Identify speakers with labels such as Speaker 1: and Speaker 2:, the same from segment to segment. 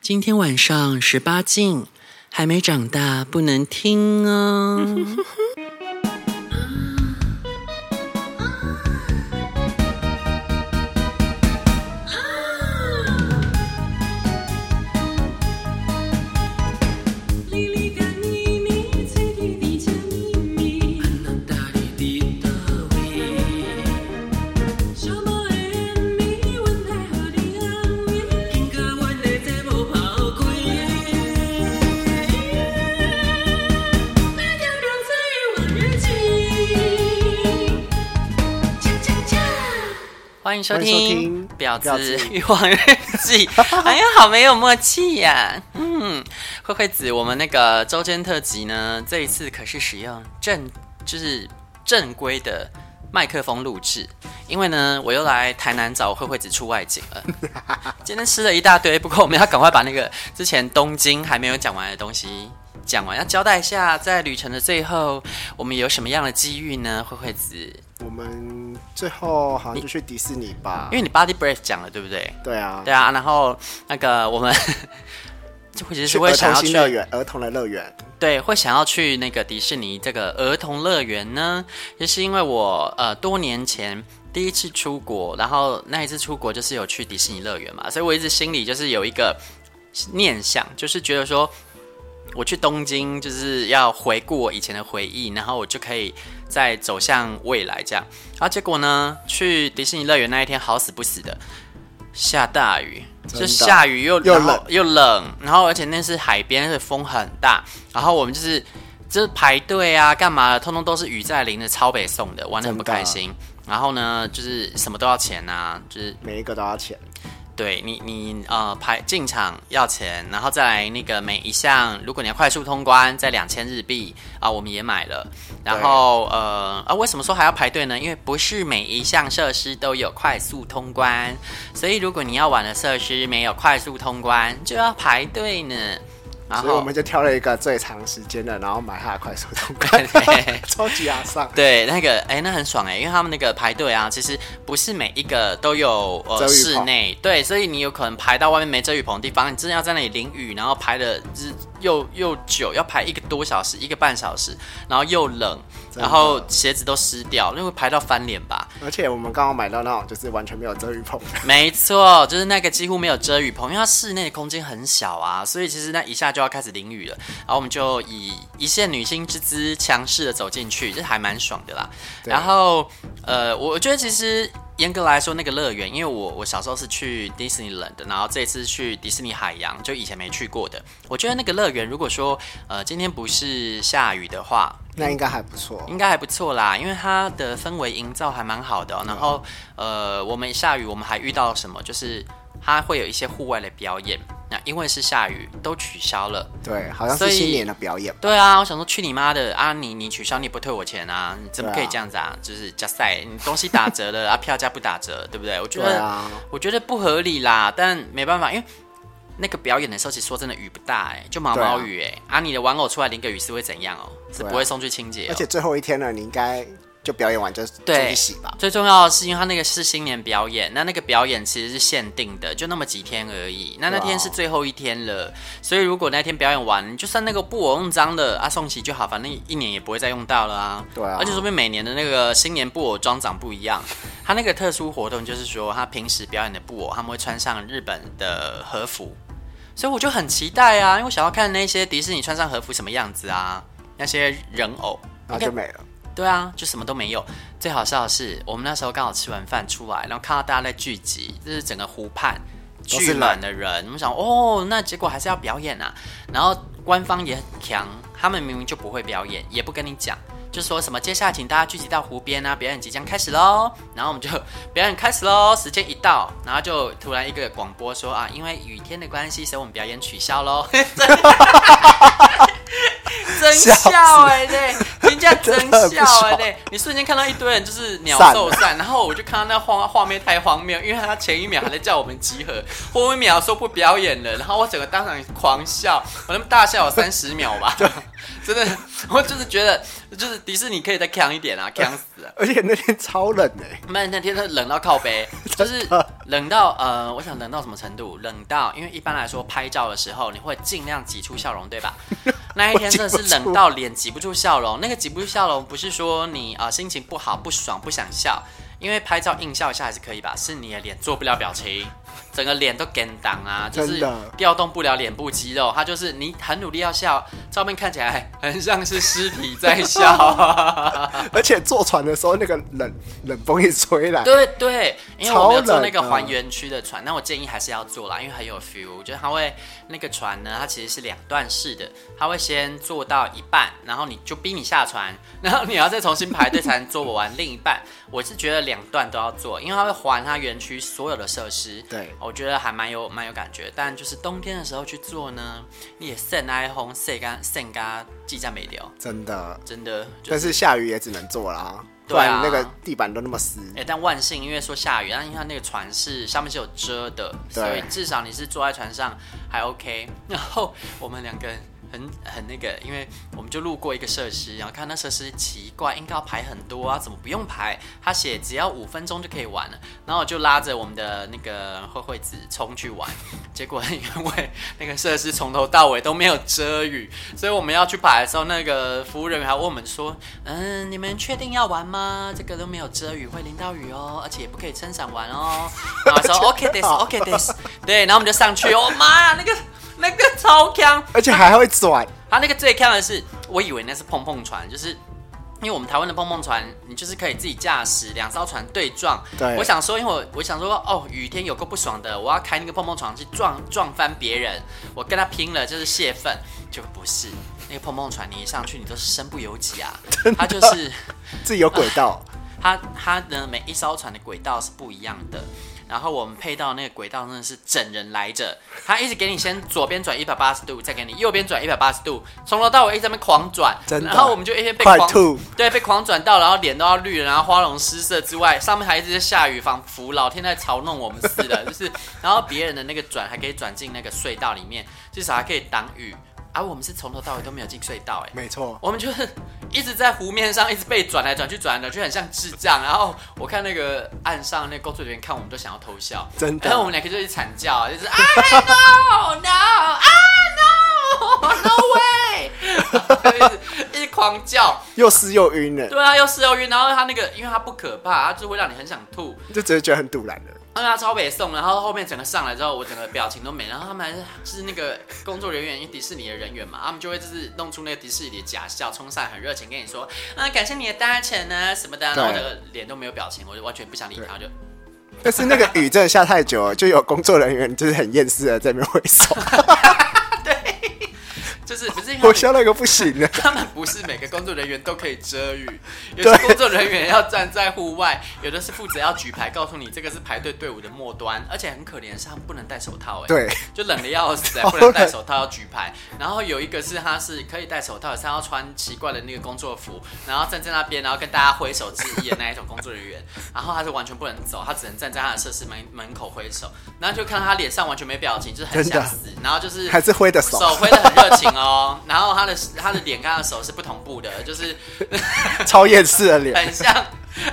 Speaker 1: 今天晚上十八禁，还没长大不能听哦。
Speaker 2: 哩哩个咪咪，脆滴滴叫咪咪，小猫的咪，阮来互你安慰。那条龙在往日记，恰恰恰。
Speaker 1: 欢迎收
Speaker 3: 欢迎收
Speaker 1: 听
Speaker 3: 听
Speaker 1: 《婊
Speaker 3: 婊
Speaker 1: 子
Speaker 3: 子
Speaker 1: 欲望日 记》。哎呀，好没有默契呀、嗯，慧慧子，我们那个周间特辑呢，这一次可是使用正就是正规的麦克风录制，因为呢，我又来台南找慧慧子出外景了。 今天吃了一大堆，不过我们要赶快把那个之前东京还没有讲完的东西。讲完要交代一下，在旅程的最后，我们有什么样的机遇呢？慧慧子，
Speaker 3: 我们最后好像就去迪士尼吧
Speaker 1: 因。为你 body breath 讲了，对不对？
Speaker 3: 对啊，
Speaker 1: 对啊，然后那个我们 就会其
Speaker 3: 去
Speaker 1: 实
Speaker 3: 儿
Speaker 1: 会想
Speaker 3: 童
Speaker 1: 要
Speaker 3: 新乐
Speaker 1: 去，
Speaker 3: 园，儿童的乐园。
Speaker 1: 对，会想要去那个迪士尼这个儿童乐园呢，也是因为我呃多年前。第一次出国，然后那一次出国就是有去迪士尼乐园嘛，所以我一直心里就是有一个念想，就是觉得说我去东京就是要回顾我以前的回忆，然后我就可以再走向未来这样。然后结果呢，去迪士尼乐园那一天好死不死的下大雨，
Speaker 3: 真
Speaker 1: 就
Speaker 3: 的
Speaker 1: 下雨又
Speaker 3: 又
Speaker 1: 然后
Speaker 3: 冷
Speaker 1: 又冷，然后而且那是海边，而且风很大，然后我们就是就是排队啊干嘛的，通通都是雨在淋的，超北送的，玩的很不
Speaker 3: 真的啊
Speaker 1: 开心。然后呢，就是什么都要钱啊，就是
Speaker 3: 每一个都要钱，
Speaker 1: 对你，你呃排进场要钱，然后再来那个每一项，如果你要快速通关，在两千日币啊、我们也买了。然后呃啊，为什么说还要排队呢？因为不是每一项设施都有快速通关，所以如果你要玩的设施没有快速通关，就要排队呢。然
Speaker 3: 所以我
Speaker 1: 后
Speaker 3: 们就挑了一个最长时间的，然后买它的快速通
Speaker 1: 对
Speaker 3: 关， 超级阿上。
Speaker 1: 对，那个哎、那很爽哎、因为他们那个排队啊，其实不是每一个都有
Speaker 3: 遮
Speaker 1: 呃
Speaker 3: 雨棚
Speaker 1: 室内，对，所以你有可能排到外面没遮雨棚的地方，你真的要在那里淋雨，然后排的就是又又久，要排一个多小时，一个半小时，然后又冷，
Speaker 3: 真的
Speaker 1: 然后鞋子都湿掉，那会排到翻脸吧？
Speaker 3: 而且我们刚刚买到那种就是完全没有遮雨棚的，
Speaker 1: 没错，就是那个几乎没有遮雨棚，因为它室内的空间很小啊，所以其实那一下就要开始淋雨了。然后我们就以一线女星之姿强势的走进去，这还蛮爽的啦。
Speaker 3: 对
Speaker 1: 然后呃，我我觉得其实严格来说，那个乐园，因为我我小时候是去 Disneyland 的，然后这次去迪士尼海洋，就以前没去过的。我觉得那个乐园，如果说呃今天不是下雨的话，
Speaker 3: 那应该还不错。
Speaker 1: 应该还不错啦，因为它的氛围营造还蛮好的哦、然后，
Speaker 3: 嗯
Speaker 1: 呃，我们下雨，我们还遇到什么？就是它会有一些户外的表演，那因为是下雨，都取消了。
Speaker 3: 对，好像
Speaker 1: 所
Speaker 3: 是
Speaker 1: 以
Speaker 3: 新年的表演。
Speaker 1: 对啊，我想说去你妈的啊！你你取消你也不退我钱啊？你怎么
Speaker 3: 对啊
Speaker 1: 可以这样子啊？就是加赛，你东西打折了啊，票价不打折，对不对？我觉
Speaker 3: 对
Speaker 1: 得、
Speaker 3: 啊，
Speaker 1: 我觉得不合理啦，但没办法，因为。那个表演的时候，其实说真的，雨不大哎、就毛毛雨哎、啊，你的玩偶出来淋个雨是会怎样哦、是
Speaker 3: 对啊
Speaker 1: 不会送去清洁、哦。
Speaker 3: 而且最后一天了，你应该就表演完就就
Speaker 1: 对
Speaker 3: 去洗吧。
Speaker 1: 最重要的是，因为他那个是新年表演，那那个表演其实是限定的，就那么几天而已。那那天是最后一天了，所以如果那天表演完，就算那个布偶用脏的啊送洗就好，反正一年也不会再用到了啊。
Speaker 3: 对啊
Speaker 1: 而且说明每年的那个新年布偶装长不一样。他那个特殊活动就是说，他平时表演的布偶他们会穿上日本的和服，所以我就很期待啊，因为我想要看那些迪士尼穿上和服什么样子啊，那些人偶。
Speaker 3: 然后就没了。
Speaker 1: 对啊，就什么都没有。最好笑的是，我们那时候刚好吃完饭出来，然后看到大家在聚集，就是整个湖畔
Speaker 3: 都
Speaker 1: 聚
Speaker 3: 是人
Speaker 1: 满了人。我们想，哦，那结果还是要表演啊。然后官方也很强，他们明明就不会表演，也不跟你讲，就说什么接下来请大家聚集到湖边啊，表演即将开始喽。然后我们就 表演开始喽，时间一到，然后就突然一个广播说啊，因为雨天的关系，所以我们表演取消 喽。真笑哎、欸，对，人家 真笑哎、欸，对，你瞬间看到一堆人就是鸟兽散，然后我就看到那画画面太荒谬，因为他前一秒还在叫我们集合，后一秒说不表演了，然后我整个当场狂笑，我那么大笑有三十秒吧， 真的，我就是觉得，就是迪士尼可以再强一点啊，强死了。
Speaker 3: 而且那天超冷哎、
Speaker 1: 那那天冷到靠 背，就是冷到呃，我想冷到什么程度？冷到，因为一般来说拍照的时候，你会尽量挤出笑容，对 吧？那一天真的是冷到脸挤不住笑容，那个挤不住笑容不是说你啊、呃心情不好、不爽、不想笑，因为拍照硬笑一下还是可以吧，是你的脸做不了表 情，整个脸都干挡啊，就是
Speaker 3: 真的
Speaker 1: 调动不了脸部肌肉，它就是你很努力要笑，照片看起来很像是尸体在啊 笑。
Speaker 3: 而且坐船的时候那个冷冷风一吹来，
Speaker 1: 对对，因为我没有坐那个
Speaker 3: 超冷的嗯
Speaker 1: 还原区的船，那我建议还是要坐啦，因为很有 feel。我觉得它会那个船呢，它其实是两段式的，它会先坐到一半，然后你就逼你下船，然后你要再重新排队才能坐完另一半。我是觉得两段都要做，因为它会还它园区所有的设施。
Speaker 3: 对
Speaker 1: 我觉得还蛮有蛮有感觉。但就是冬天的时候去做呢，你也肾哀轰，肾干肾干，记在没掉，
Speaker 3: 真的。
Speaker 1: 真的。就
Speaker 3: 但是下雨也只能坐啦，不
Speaker 1: 对啊
Speaker 3: 然那个地板都那么湿。
Speaker 1: 哎、但万幸，因为说下雨，但因为它那个船是上面是有遮的，
Speaker 3: 对
Speaker 1: 所以至少你是坐在船上还 OK。然 后我们两个人很很那个，因为我们就路过一个设施，然后看那设施奇怪，应该要排很多啊，怎么不用排？他写只要五分钟就可以玩了，然后我就拉着我们的那个慧慧子冲去玩，结果因为那个设施从头到尾都没有遮雨，所以我们要去排的时候，那个服务人员还问我们说：“嗯，你们确定要玩吗？这个都没有遮雨，会淋到雨哦，而且也不可以撑伞玩哦。”然后说：“OK this, OK this。”对，然后我们就上去，哦妈呀，那个那个超强！
Speaker 3: 而且还会转，
Speaker 1: 他那个最看的是，我以为那是碰碰船，就是因为我们台湾的碰碰船，你就是可以自己驾驶两艘船对撞。
Speaker 3: 对
Speaker 1: 我想说，因为我我想说，哦，雨天有够不爽的，我要开那个碰碰船去撞撞翻别人，我跟他拼了，就是泄愤。就不是那个碰碰船，你一上去你都是身不由己啊，它就是。
Speaker 3: 自己有轨道，
Speaker 1: 它它呢每一艘船的轨道是不一样的。然后我们配到那个轨道真的是整人来着，它一直给你先左边转一百八十度，再给你右边转一百八十度，从头到尾一直在那边狂转，
Speaker 3: 真的
Speaker 1: 然后我们就一边被
Speaker 3: 快
Speaker 1: 狂
Speaker 3: 吐
Speaker 1: 对，被狂转到，然后脸都要绿了，然后花容失色之外，上面还一直在下雨，仿佛老天在嘲弄我们似的，就是，然后别人的那个转还可以转进那个隧道里面，至少还可以挡雨，而、我们是从头到尾都没有进隧道、哎，
Speaker 3: 没错，
Speaker 1: 我们就是一直在湖面上一直被转来转去转来转去，很像智障。然后我看那个岸上那个工作人员看我们都想要偷笑，
Speaker 3: 真的
Speaker 1: 然后我们两个就一直惨叫啊，就是啊 no no 啊 no no way，然后就一直一直狂叫。
Speaker 3: 又湿又晕了，
Speaker 1: 对啊，又湿又晕，然后他那个因为他不可怕，他就会让你很想吐。
Speaker 3: 就只是觉得很堵然了。
Speaker 1: 让啊他超北宋，然后后面整个上来之后，我整个表情都没了。然后他们还是就是那个工作人员，因为迪士尼的人员嘛，他们就会就是弄出那个迪士尼的假笑，冲上来很热情跟你说，啊，感谢你的搭乘啊什么的。然后
Speaker 3: 对
Speaker 1: 我整个脸都没有表情，我就完全不想理他，我就
Speaker 3: 但是那个雨真的下太久了，就有工作人员就是很厌世的在那边挥手，
Speaker 1: 就是不是因为他
Speaker 3: 我
Speaker 1: 们
Speaker 3: 笑到一个不行了。
Speaker 1: 他们不是每个工作人员都可以遮雨，有些工作人员要站在户外，有的是负责要举牌告诉你这个是排队队伍的末端，而且很可怜的是他们不能戴手套、哎，
Speaker 3: 对，
Speaker 1: 就冷的要死、哎
Speaker 3: 好
Speaker 1: 不能戴
Speaker 3: 冷
Speaker 1: 手套要举牌。然后有一个是他是可以戴手套，可是他要穿奇怪的那个工作服，然后站在那边，然后跟大家挥手致意的那一种工作人员，然后他是完全不能走，他只能站在他的设施门门口挥手，然后就看到他脸上完全没表情，就是很
Speaker 3: 真的
Speaker 1: 想死，然后就是
Speaker 3: 还是挥的手，
Speaker 1: 手挥的很热情哦，然后他的他的脸跟他的手是不同步的，就是
Speaker 3: 超厌世的脸，
Speaker 1: 很 像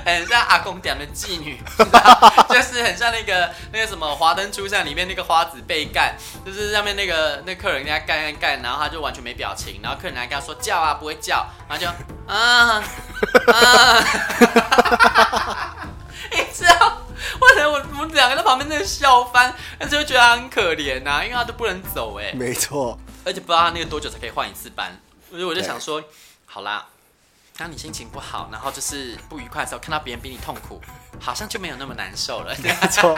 Speaker 1: 很像阿公讲的妓女， 你知道就是很像那个那个什么《华灯初上》里面那个花子被干，就是上面那个那客人跟他干干干，然后他就完全没表情，然后客人还跟他说叫啊不会叫，然后就啊啊， 你知道。为什么我我们两个在旁边那个笑翻，但是又觉得他很可怜呐、因为他都不能走哎、
Speaker 3: 没错，
Speaker 1: 而且不知道他那个多久才可以换一次班，所以我就想说，好啦，当你心情不好，然后就是不愉快的时候，看到别人比你痛苦，好像就没有那么难受了。
Speaker 3: 没错。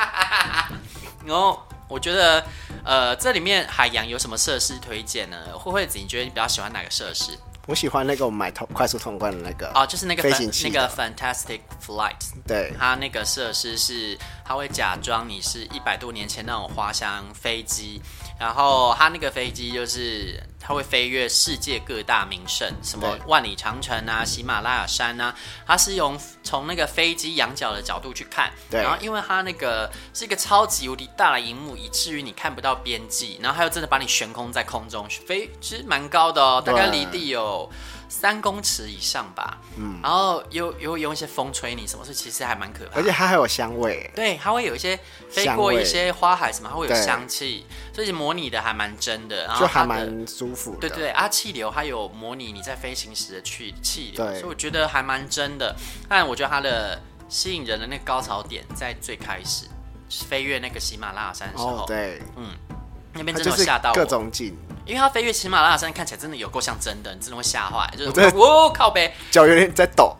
Speaker 1: 然后我觉得，呃，这里面海洋有什么设施推荐呢？慧慧子，你觉得你比较喜欢哪个设施？
Speaker 3: 我喜欢那个我们买通快速通关的那个
Speaker 1: 哦，就是那个
Speaker 3: 飞
Speaker 1: fan-
Speaker 3: 行器
Speaker 1: 那
Speaker 3: 的
Speaker 1: 个 Fantastic Flight，
Speaker 3: 对
Speaker 1: 它那个设施是，他会假装你是一百多年前那种滑翔飞机，然后他那个飞机就是它会飞越世界各大名胜，什么
Speaker 3: 对
Speaker 1: 万里长城啊、喜马拉雅山啊，它是用从那个飞机仰角的角度去看，
Speaker 3: 对
Speaker 1: 然后因为它那个是一个超级无敌大的荧幕，以至于你看不到边际，然后它又真的把你悬空在空中飞，其实蛮高的哦，大概离
Speaker 3: 对
Speaker 1: 地有三公尺以上吧，嗯，然后又又用一些风吹你什么，所以其实还蛮可怕
Speaker 3: 而
Speaker 1: 的
Speaker 3: 且。它还有香味，
Speaker 1: 对，它会有一些飞
Speaker 3: 香
Speaker 1: 过一
Speaker 3: 味
Speaker 1: 些花海什么，它会有
Speaker 3: 对
Speaker 1: 香气，所以模拟的还蛮真的，然后
Speaker 3: 就还
Speaker 1: 啊它的
Speaker 3: 蛮舒服的。哦
Speaker 1: 对对，啊，气流它有模拟你在飞行时的去气流，
Speaker 3: 对
Speaker 1: 所以我觉得还蛮真的。但我觉得它的吸引人的那个高潮点在最开始就是飞越那个喜马拉雅山的时候，
Speaker 3: 哦，对，
Speaker 1: 那边真
Speaker 3: 它
Speaker 1: 的
Speaker 3: 就
Speaker 1: 有
Speaker 3: 是
Speaker 1: 吓到我，
Speaker 3: 各种景，
Speaker 1: 因为它飞越喜马拉雅山看起来真的有够像真的，你真的会吓坏，就
Speaker 3: 我
Speaker 1: 是
Speaker 3: 真的
Speaker 1: 哇靠背，
Speaker 3: 脚有点在抖。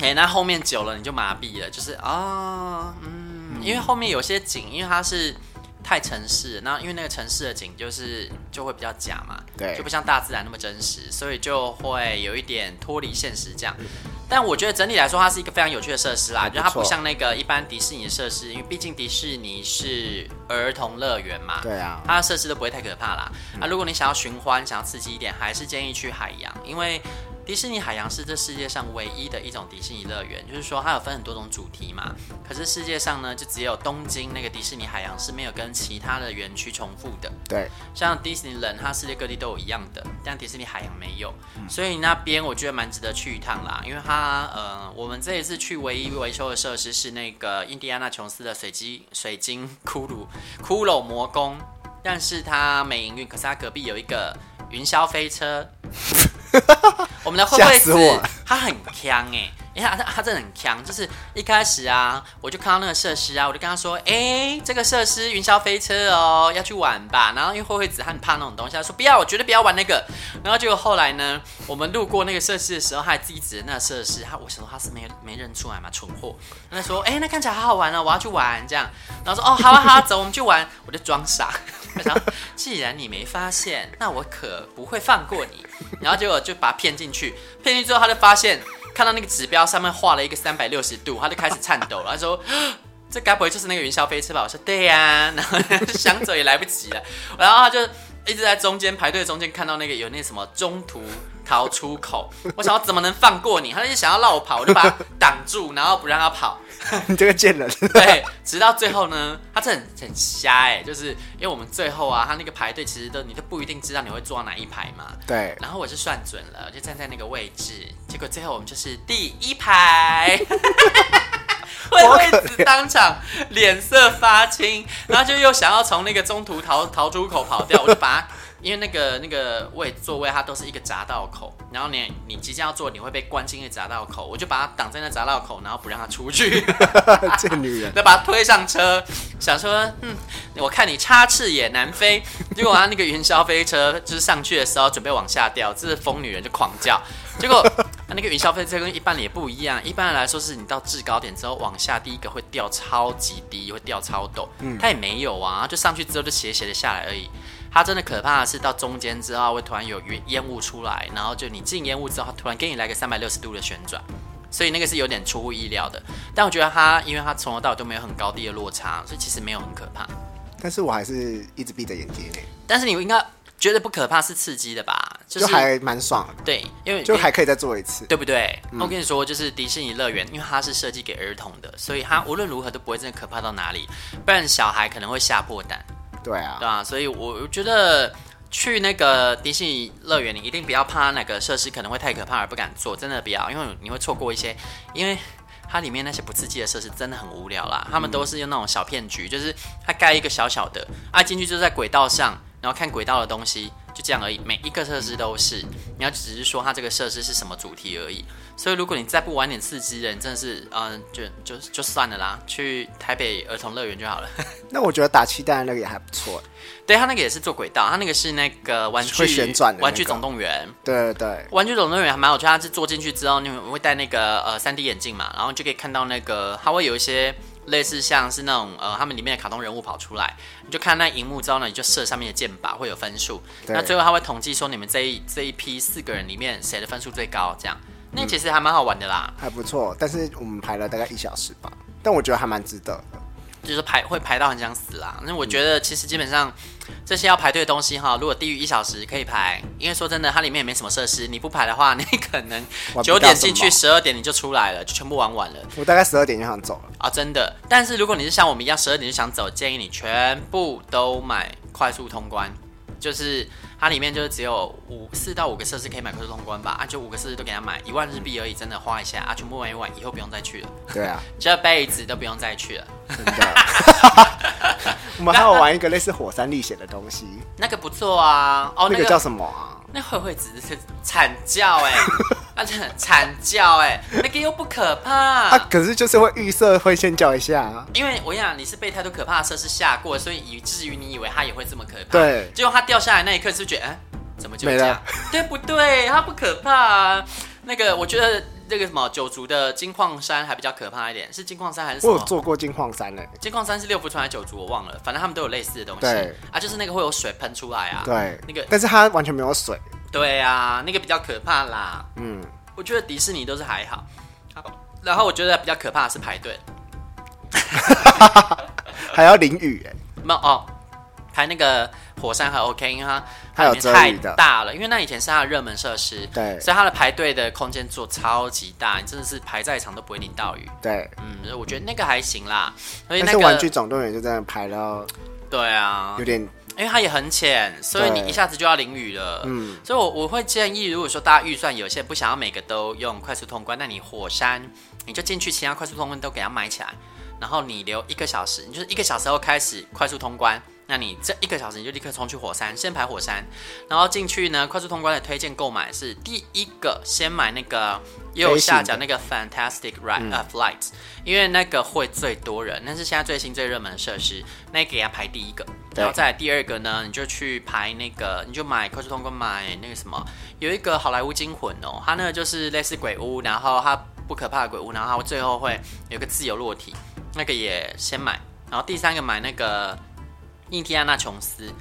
Speaker 1: 哎、那后面久了你就麻痹了，就是啊、嗯，因为后面有些景，因为它是太城市了，那因为那个城市的景就是就会比较假嘛，
Speaker 3: 对
Speaker 1: 就不像大自然那么真实，所以就会有一点脱离现实这样。但我觉得整体来说，它是一个非常有趣的设施啦，
Speaker 3: 不
Speaker 1: 就它不
Speaker 3: 错
Speaker 1: 像那个一般迪士尼的设施，因为毕竟迪士尼是儿童乐园嘛，
Speaker 3: 对啊，
Speaker 1: 它的设施都不会太可怕啦。啊，如果你想要寻欢、想要刺激一点，还是建议去海洋，因为迪士尼海洋是这世界上唯一的一种迪士尼乐园，就是说它有分很多种主题嘛。可是世界上呢，就只有东京那个迪士尼海洋是没有跟其他的园区重复的。
Speaker 3: 对，
Speaker 1: 像迪士尼人，它世界各地都有一样的，但迪士尼海洋没有，所以那边我觉得蛮值得去一趟啦，因为它呃，我们这一次去唯一维修的设施是那个印第安纳琼斯的水机水晶骷髅骷髅魔宫，但是它没营运，可是它隔壁有一个云霄飞车，我们的会不会
Speaker 3: 吓死我
Speaker 1: 子
Speaker 3: 了
Speaker 1: 它很强哎、欸。因为它它真的很强，就是一开始啊，我就看到那个设施啊，我就跟他说，哎、这个设施云霄飞车哦，要去玩吧。然后因为慧慧子她很怕那种东西，她说不要，我绝对不要玩那个。然后结果后来呢，我们路过那个设施的时候，她还自己指着那个设施，她我想说她是没没认出来嘛，蠢货。她说，哎、那看起来好好玩哦，我要去玩这样。然后说，哦，好啊好啊，走，我们去玩。我就装傻， 我想既然你没发现，那我可不会放过你。 然后结果就把他骗进去，骗进去之后，他就发现看到那个指标上面画了一个三百六十度，他就开始颤抖了。他说：“ 这该不会就是那个云霄飞车吧？”我说：“对呀、 然后想走也来不及了，然后他就一直在中间排队中间看到那个有那什么中途。逃出口，我想要怎么能放过你？他就想要绕跑，我就把他挡住，然后不让他跑。
Speaker 3: 你 这个贱人，
Speaker 1: 对，直到最后呢，他真的很很瞎哎、就是因为我们最后啊，他那个排队其实都你都不一定知道你会坐到哪一排嘛。
Speaker 3: 对，
Speaker 1: 然后我是算准了，我就站在那个位置，结果最后我们就是第一排。 慧慧子当场脸色发青，然后就又想要从那个中途逃逃出口跑掉，我就把他，因为那个那个位座位它都是一个匝道口，然后你你即将要坐，你会被关进一个匝道口，我就把他挡在那匝道口，然后不让他出去。
Speaker 3: 啊贱女人，
Speaker 1: 再把他推上车，想说，嗯，我看你插翅也难飞。结果他那个云霄飞车就是上去的时候准备往下掉，这是疯女人就狂叫。结果他那个云霄飞车跟一般的也不一样，一般来说是你到制高点之后往下，第一个会掉超级低，会掉超陡。嗯，他也没有啊，就上去之后就斜斜的下来而已。它真的可怕的是，到中间之后会突然有烟烟雾出来，然后就你进烟雾之后，它突然给你来个三百六十度的旋转。所以那个是有点出乎意料的。但我觉得他，因为他从头到尾都没有很高低的落差，所以其实没有很可怕。
Speaker 3: 但是我还是一直闭着眼睛欸呢，
Speaker 1: 但是你应该觉得不可怕是刺激的吧？就
Speaker 3: 就是还蛮爽的，
Speaker 1: 对，因为
Speaker 3: 就还可以再做一次。
Speaker 1: 对不对？我跟你说，就是迪士尼乐园，因为它是设计给儿童的，所以它无论如何都不会真的可怕到哪里，不然小孩可能会吓破胆。
Speaker 3: 对啊
Speaker 1: 对，啊，所以我我觉得去那个迪士尼乐园，你一定不要怕哪个设施可能会太可怕而不敢做，真的不要，因为你会错过一些，因为。它里面那些不刺激的设施真的很无聊啦，他们都是用那种小骗局，就是它盖一个小小的，啊进去就在轨道上，然后看轨道的东西，就这样而已。每一个设施都是，你要只是说它这个设施是什么主题而已。所以如果你再不玩点刺激的，你真的是，嗯、就就就算了啦，去台北儿童乐园就好了。
Speaker 3: 那我觉得打气弹那个也还不错。
Speaker 1: 对他那个也是做轨道，他那个是那个玩具
Speaker 3: 会旋转的那个
Speaker 1: 玩具总动员，
Speaker 3: 对对对，
Speaker 1: 玩具总动员还蛮有趣。它是坐进去之后，你会戴那个呃三 D 眼镜嘛，然后就可以看到那个它会有一些类似像是那种呃他们里面的卡通人物跑出来，你就看那荧幕之后呢，你就射上面的箭靶会有分数，
Speaker 3: 对
Speaker 1: 那最后他会统计说你们这一这一批四个人里面谁的分数最高，这样那其实还蛮好玩的啦。
Speaker 3: 还不错。但是我们排了大概一小时吧，但我觉得还蛮值得的。
Speaker 1: 就是排会排到很想死啦。那我觉得其实基本上这些要排队的东西哈，如果低于一小时可以排，因为说真的，它里面也没什么设施，你不排的话，你可 能
Speaker 3: 不到
Speaker 1: 九点进
Speaker 3: 什
Speaker 1: 去，
Speaker 3: 么
Speaker 1: 十二点你就出来了，就全部玩完了
Speaker 3: 我大概十二点就想走了。
Speaker 1: 啊，真的。但是如果你是像我们一样十二点就想走，建议你全部都买快速通关，就是。它里面就是只有五四到五个设施可以买快速通关吧，啊，就五个设施都给它买，一万日币而已，真的花一下啊，全部玩一玩，以后不用再去了，
Speaker 3: 对啊，
Speaker 1: 这辈子都不用再去了。
Speaker 3: 真的。 我们还有玩一个类似火山历险的东西，
Speaker 1: 那个不错啊，哦，
Speaker 3: 那
Speaker 1: 个
Speaker 3: 个叫什么啊？
Speaker 1: 那慧慧只是惨叫 哎、啊，真的惨叫哎、那个又不可怕。
Speaker 3: 啊，可是就是会预设会先叫一下啊，
Speaker 1: 因为我跟你讲，你是被太多可怕的设施吓过，所以以至于你以为它也会这么可怕。
Speaker 3: 对
Speaker 1: 结果它掉下来那一刻，是不是觉得，嗯，怎么就
Speaker 3: 没
Speaker 1: 这
Speaker 3: 了
Speaker 1: 样？对不对？它不可怕啊。那个，我觉得那个什么九族的金矿山还比较可怕一点，是金矿山还是什
Speaker 3: 我有
Speaker 1: 么？啊
Speaker 3: 做过金矿山嘞、
Speaker 1: 金矿山是六福村还是九族，我忘了，反正他们都有类似的东西。
Speaker 3: 对
Speaker 1: 啊，就是那个会有水喷出来啊。
Speaker 3: 对，
Speaker 1: 那个
Speaker 3: 但是它完全没有水，
Speaker 1: 对啊，那个比较可怕啦。
Speaker 3: 嗯，
Speaker 1: 我觉得迪士尼都是还好。好然后我觉得比较可怕的是排队，
Speaker 3: 还要淋雨哎、
Speaker 1: 没有哦，排那个火山还 OK，因为它
Speaker 3: 它有
Speaker 1: 里面太
Speaker 3: 遮雨的
Speaker 1: 大了，因为那以前是它的热门设施，
Speaker 3: 对
Speaker 1: 所以它的排队的空间做超级大，你真的是排在场都不会淋到雨。
Speaker 3: 对。
Speaker 1: 嗯，所以我觉得那个还行啦，所以
Speaker 3: 但
Speaker 1: 那
Speaker 3: 是
Speaker 1: 个
Speaker 3: 玩具总动员就真的排到
Speaker 1: 对啊
Speaker 3: 有，点，
Speaker 1: 因为它也很浅，所以你
Speaker 3: 对
Speaker 1: 一下子就要淋雨了。嗯
Speaker 3: 嗯，
Speaker 1: 所以我我会建议，如果说大家预算有限，不想要每个都用快速通关，那你火山你就进去，其他快速通关都给它买起来，然后你留一个小时，你就是一个小时后开始快速通关。那你这一个小时你就立刻冲去火山，先排火山，然后进去呢，快速通关的推荐购买是第一个先买那个右下角那个 Fantastic Ride、呃 Flight，因为那个会最多人，那是现在最新最热门的设施，那给它排第一个，
Speaker 3: 对
Speaker 1: 然后再来第二个呢，你就去排那个，你就买快速通关买那个什么，有一个好莱坞惊魂哦，它那个就是类似鬼屋，然后它不可怕的鬼屋，然后它最后会有个自由落体，那个也先买，然后第三个买那个印第安纳琼斯，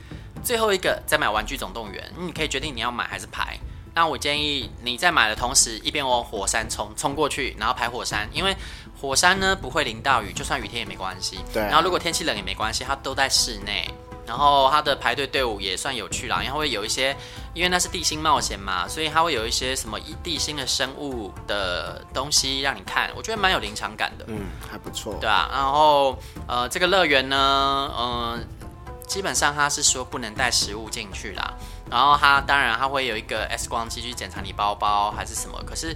Speaker 1: 最后一个再买玩具总动员，嗯你可以决定你要买还是排。那我建议你在买的同时，一边往火山冲冲过去，然后排火山，因为火山呢不会淋到雨，就算雨天也没关系。
Speaker 3: 对
Speaker 1: 然后如果天气冷也没关系，它都在室内。然后它的排队队伍也算有趣啦，因为它会有一些，因为那是地心冒险嘛，所以它会有一些什么地心的生物的东西让你看，我觉得蛮有临场感的。
Speaker 3: 嗯，还不错。
Speaker 1: 对啊，然后呃，这个乐园呢，嗯、基本上它是说不能带食物进去啦。然后它当然它会有一个 X 光机去检查你包包还是什么，可是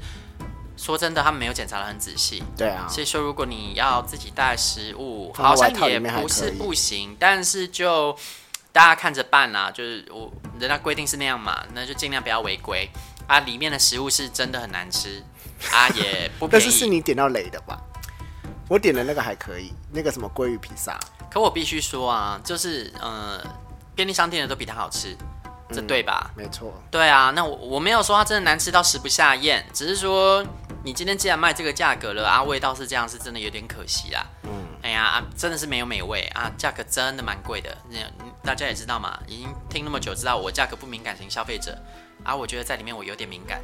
Speaker 1: 说真的，他们没有检查的很仔细。
Speaker 3: 对啊，
Speaker 1: 所以说，如果你要自己带食物，
Speaker 3: 放
Speaker 1: 好
Speaker 3: 在
Speaker 1: 像
Speaker 3: 外套
Speaker 1: 也
Speaker 3: 里面还
Speaker 1: 不是
Speaker 3: 可以
Speaker 1: 不行，但是就大家看着办啦、就是我人家规定是那样嘛，那就尽量不要违规啊。里面的食物是真的很难吃啊，也不
Speaker 3: 但
Speaker 1: 便宜。
Speaker 3: 是是你点到雷的吧？我点的那个还可以，那个什么鲑鱼披萨，
Speaker 1: 可我必须说啊，就是呃，便利商店的都比它好吃，这对吧？
Speaker 3: 没错，
Speaker 1: 对啊，那我我没有说它真的难吃到食不下咽，只是说你今天既然卖这个价格了啊，味道是这样，是真的有点可惜啦。嗯，哎呀、啊真的是没有美味啊，价格真的蛮啊贵的。嗯哎那大家也知道嘛，已经听那么久，知道啊我价格不敏感型消费者啊，我觉得在里面我有点敏感。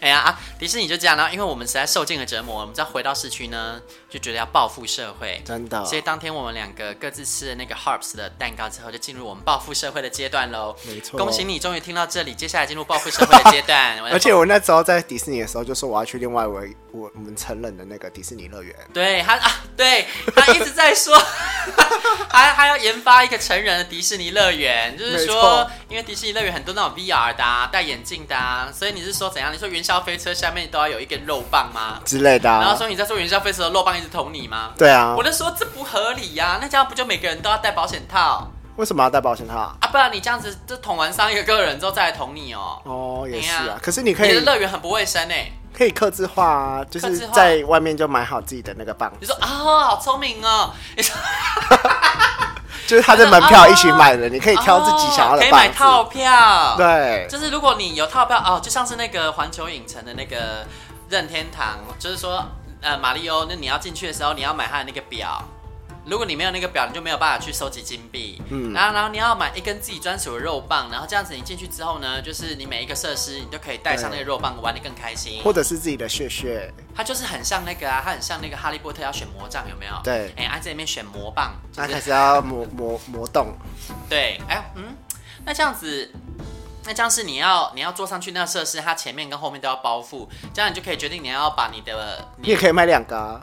Speaker 1: 哎呀啊！迪士尼就这样，然后因为我们实在受尽了折磨，我们再回到市区呢，就觉得要报复社会，
Speaker 3: 真的
Speaker 1: 所以当天我们两个各自吃了那个 Harps 的蛋糕之后，就进入我们报复社会的阶段喽。
Speaker 3: 没错
Speaker 1: 恭喜你终于听到这里，接下来进入报复社会的阶段。我在
Speaker 3: 而且我那时候在迪士尼的时候，就说我要去另外一位我我们成人的那个迪士尼乐园。
Speaker 1: 对他啊，对他一直在说， 还还要研发一个成人的迪士尼乐园，就是
Speaker 3: 没
Speaker 1: 说
Speaker 3: 错，
Speaker 1: 因为迪士尼乐园很多那种 VR 的、啊、戴眼镜的、啊，所以你是说怎样？你说元宵飞车下面都要有一根肉棒吗？
Speaker 3: 之类的、
Speaker 1: 然后
Speaker 3: 啊。
Speaker 1: 说你在做元宵飞车的时候肉棒一直捅你吗？
Speaker 3: 对啊
Speaker 1: 我，就说这不合理呀、那这样不就每个人都要戴保险套
Speaker 3: 为什么要戴保险套啊？
Speaker 1: 啊？不然你这样子就捅完伤一个人之后再来捅你哦。
Speaker 3: 哦，也是
Speaker 1: 哎呀
Speaker 3: 啊。可是你可
Speaker 1: 你的
Speaker 3: 以
Speaker 1: 乐园很不卫生哎、
Speaker 3: 可以克制化啊，就
Speaker 1: 客
Speaker 3: 是
Speaker 1: 制化
Speaker 3: 在外面就买好自己的那个棒
Speaker 1: 你，说啊、好聪明哦！你说
Speaker 3: 就是他的门票一起买的，你可以挑自己想
Speaker 1: 哦
Speaker 3: 要
Speaker 1: 可
Speaker 3: 的
Speaker 1: 以买套
Speaker 3: 棒子。
Speaker 1: 票。
Speaker 3: 对，
Speaker 1: 就是如果你有套票哦，就像是那个环球影城的那个任天堂，就是说呃马里欧，那你要进去的时候，你要买他的那个表，如果你没有那个表，你就没有办法去收集金币。嗯，然后然后你要买一根自己专属的肉棒，然后这样子你进去之后呢，就是你每一个设施你都可以带上那个肉棒，玩的更开心。
Speaker 3: 或者是自己的血血，
Speaker 1: 它就是很像那个啊，它很像那个哈利波特要选魔杖有没有？
Speaker 3: 对
Speaker 1: 哎、啊这里面选魔棒，就
Speaker 3: 那
Speaker 1: 是
Speaker 3: 开始要磨磨磨动，
Speaker 1: 对，哎，嗯，那这样子，那这样是你要你要坐上去那个设施，它前面跟后面都要包覆，这样你就可以决定你要把你的
Speaker 3: 你也可以卖两个、啊，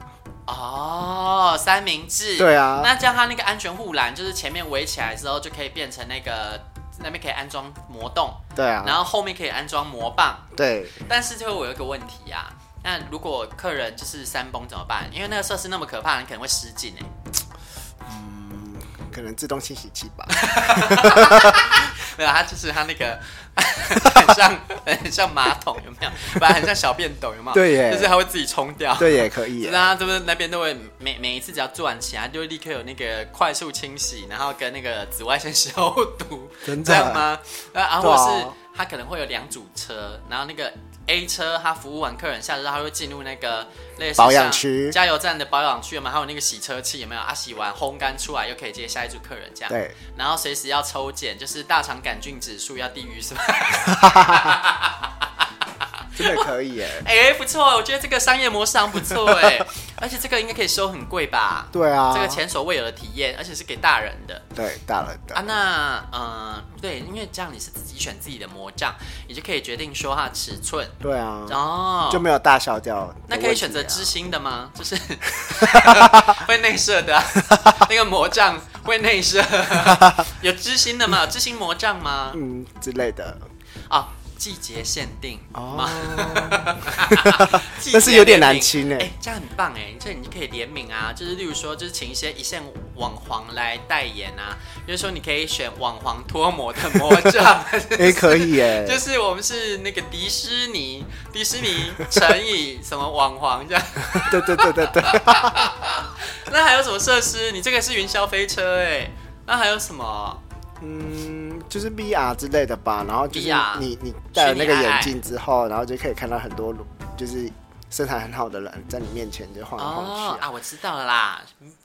Speaker 1: 哦三明治，
Speaker 3: 对啊
Speaker 1: 那这样它那个安全护栏就是前面围起来之后就可以变成那个那边可以安装魔洞，
Speaker 3: 对
Speaker 1: 然
Speaker 3: 啊，
Speaker 1: 后后面可以安装魔棒，
Speaker 3: 对，
Speaker 1: 但是最后我有一个问题啊。那如果客人就是山崩怎么办？因为那个设施那么可怕，你可能会失禁哎、
Speaker 3: 可能自动清洗器 吧，
Speaker 1: 没有，它就是它那个 很像很像马桶，有没有？不然很像小便斗，有没有？
Speaker 3: 对耶
Speaker 1: 就是它会自己冲掉。
Speaker 3: 对，也可以
Speaker 1: 就是
Speaker 3: 耶，
Speaker 1: 它这边那边都会每每一次只要转起来，就会立刻有那个快速清洗，然后跟那个紫外线消毒，
Speaker 3: 真
Speaker 1: 这
Speaker 3: 的
Speaker 1: 样吗？啊，啊或者
Speaker 3: 对
Speaker 1: 是
Speaker 3: 啊
Speaker 1: 它可能会有两组车，然后那个 A 车它服务完客人下车，它会进入那个类似像
Speaker 3: 保养区
Speaker 1: 加油站的保养区嘛，还有那个洗车器有没有？啊，洗完烘干出来又可以接下一组客人这样。
Speaker 3: 对，
Speaker 1: 然后随时要抽检，就是大肠杆菌指数要低于什么？
Speaker 3: 真的可以耶，
Speaker 1: 哎、不错，我觉得这个商业模式好像不错 哎，而且这个应该可以收很贵吧？、
Speaker 3: 对啊，
Speaker 1: 这个前所未有的体验，而且是给大人的
Speaker 3: 对大人的
Speaker 1: 啊。那嗯、呃对，因为这样你是自己选自己的魔杖，你就可以决定说它的尺寸
Speaker 3: 对啊，
Speaker 1: 哦。
Speaker 3: 就没有大小掉的问题啊、
Speaker 1: 那可以选择知心的吗？就是 会内射的啊、 那个魔杖会内射，有知心的吗？有知心魔杖吗？
Speaker 3: 嗯之类 的
Speaker 1: 哦，季节限定
Speaker 3: 哦
Speaker 1: 吗？，
Speaker 3: 但是有点难清欸
Speaker 1: 哎、这样很棒哎、这你就可以联名啊，就是例如说，就是请一些一线网黄来代言啊，比如说你可以选网黄脱模的 魔杖，
Speaker 3: 也、哎可以耶，
Speaker 1: 就是我们是那个迪士尼，迪士尼乘以什么网黄这样，
Speaker 3: 对对对对对，
Speaker 1: 那还有什么设施？你这个是云霄飞车哎、那还有什么？
Speaker 3: 嗯，就是 VR 之类的吧，然后就是
Speaker 1: VR
Speaker 3: 你你戴了那个
Speaker 1: 虚拟爱
Speaker 3: 眼镜之后，然后就可以看到很多就是身材很好的人在你面前就晃来晃
Speaker 1: 哦
Speaker 3: 去、啊，
Speaker 1: 啊，我知道了啦，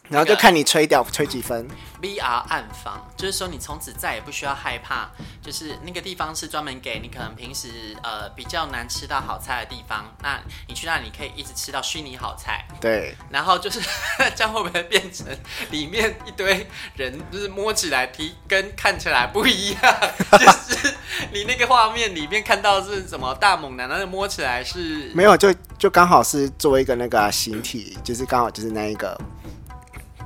Speaker 3: 然后就看你吹掉吹几分，
Speaker 1: VR 暗房，就是说你从此再也不需要害怕，就是那个地方是专门给你可能平时呃比较难吃到好菜的地方，那你去那里可以一直吃到虚拟好菜，
Speaker 3: 对，
Speaker 1: 然后就是 这样会不会变成里面一堆人就是摸起来皮跟看起来不一样， 就是你那个画面里面看到是什么大猛男，但是摸起来是
Speaker 3: 没有就就刚好是做一个那个啊形体，就是刚好就是那一个。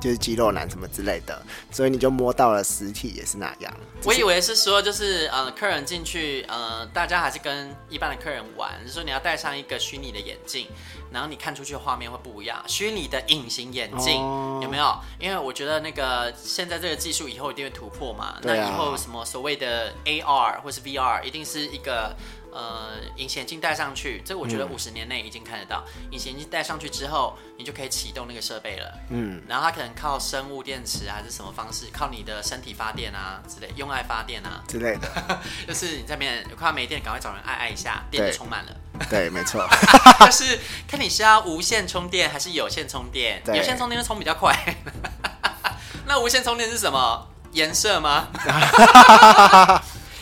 Speaker 3: 就是肌肉男什么之类的，所以你就摸到了实体也是那样。
Speaker 1: 我以为是说，就是呃，客人进去，呃，大家还是跟一般的客人玩，就是说你要戴上一个虚拟的眼镜，然后你看出去的画面会不一样，虚拟的隐形眼镜、
Speaker 3: 哦
Speaker 1: 有没有？因为我觉得那个现在这个技术以后一定会突破嘛，那
Speaker 3: 对啊
Speaker 1: 以后什么所谓的 AR 或是 VR 一定是一个。呃，隐形眼镜戴上去，这我觉得
Speaker 3: 嗯
Speaker 1: 五十年内已经看得到。隐形眼镜戴上去之后，你就可以启动那个设备了。
Speaker 3: 嗯，
Speaker 1: 然后它可能靠生物电池啊还是什么方式，靠你的身体发电啊之类，用爱发电啊，
Speaker 3: 之类的，
Speaker 1: 就是你这边快要没电，赶快找人爱爱一下，电就
Speaker 3: 对
Speaker 1: 充满了。
Speaker 3: 对，没错，
Speaker 1: 就是看你是要无线充电还是有线充电，
Speaker 3: 对
Speaker 1: 有线充电会充比较快。 那无线充电是什么颜色 吗？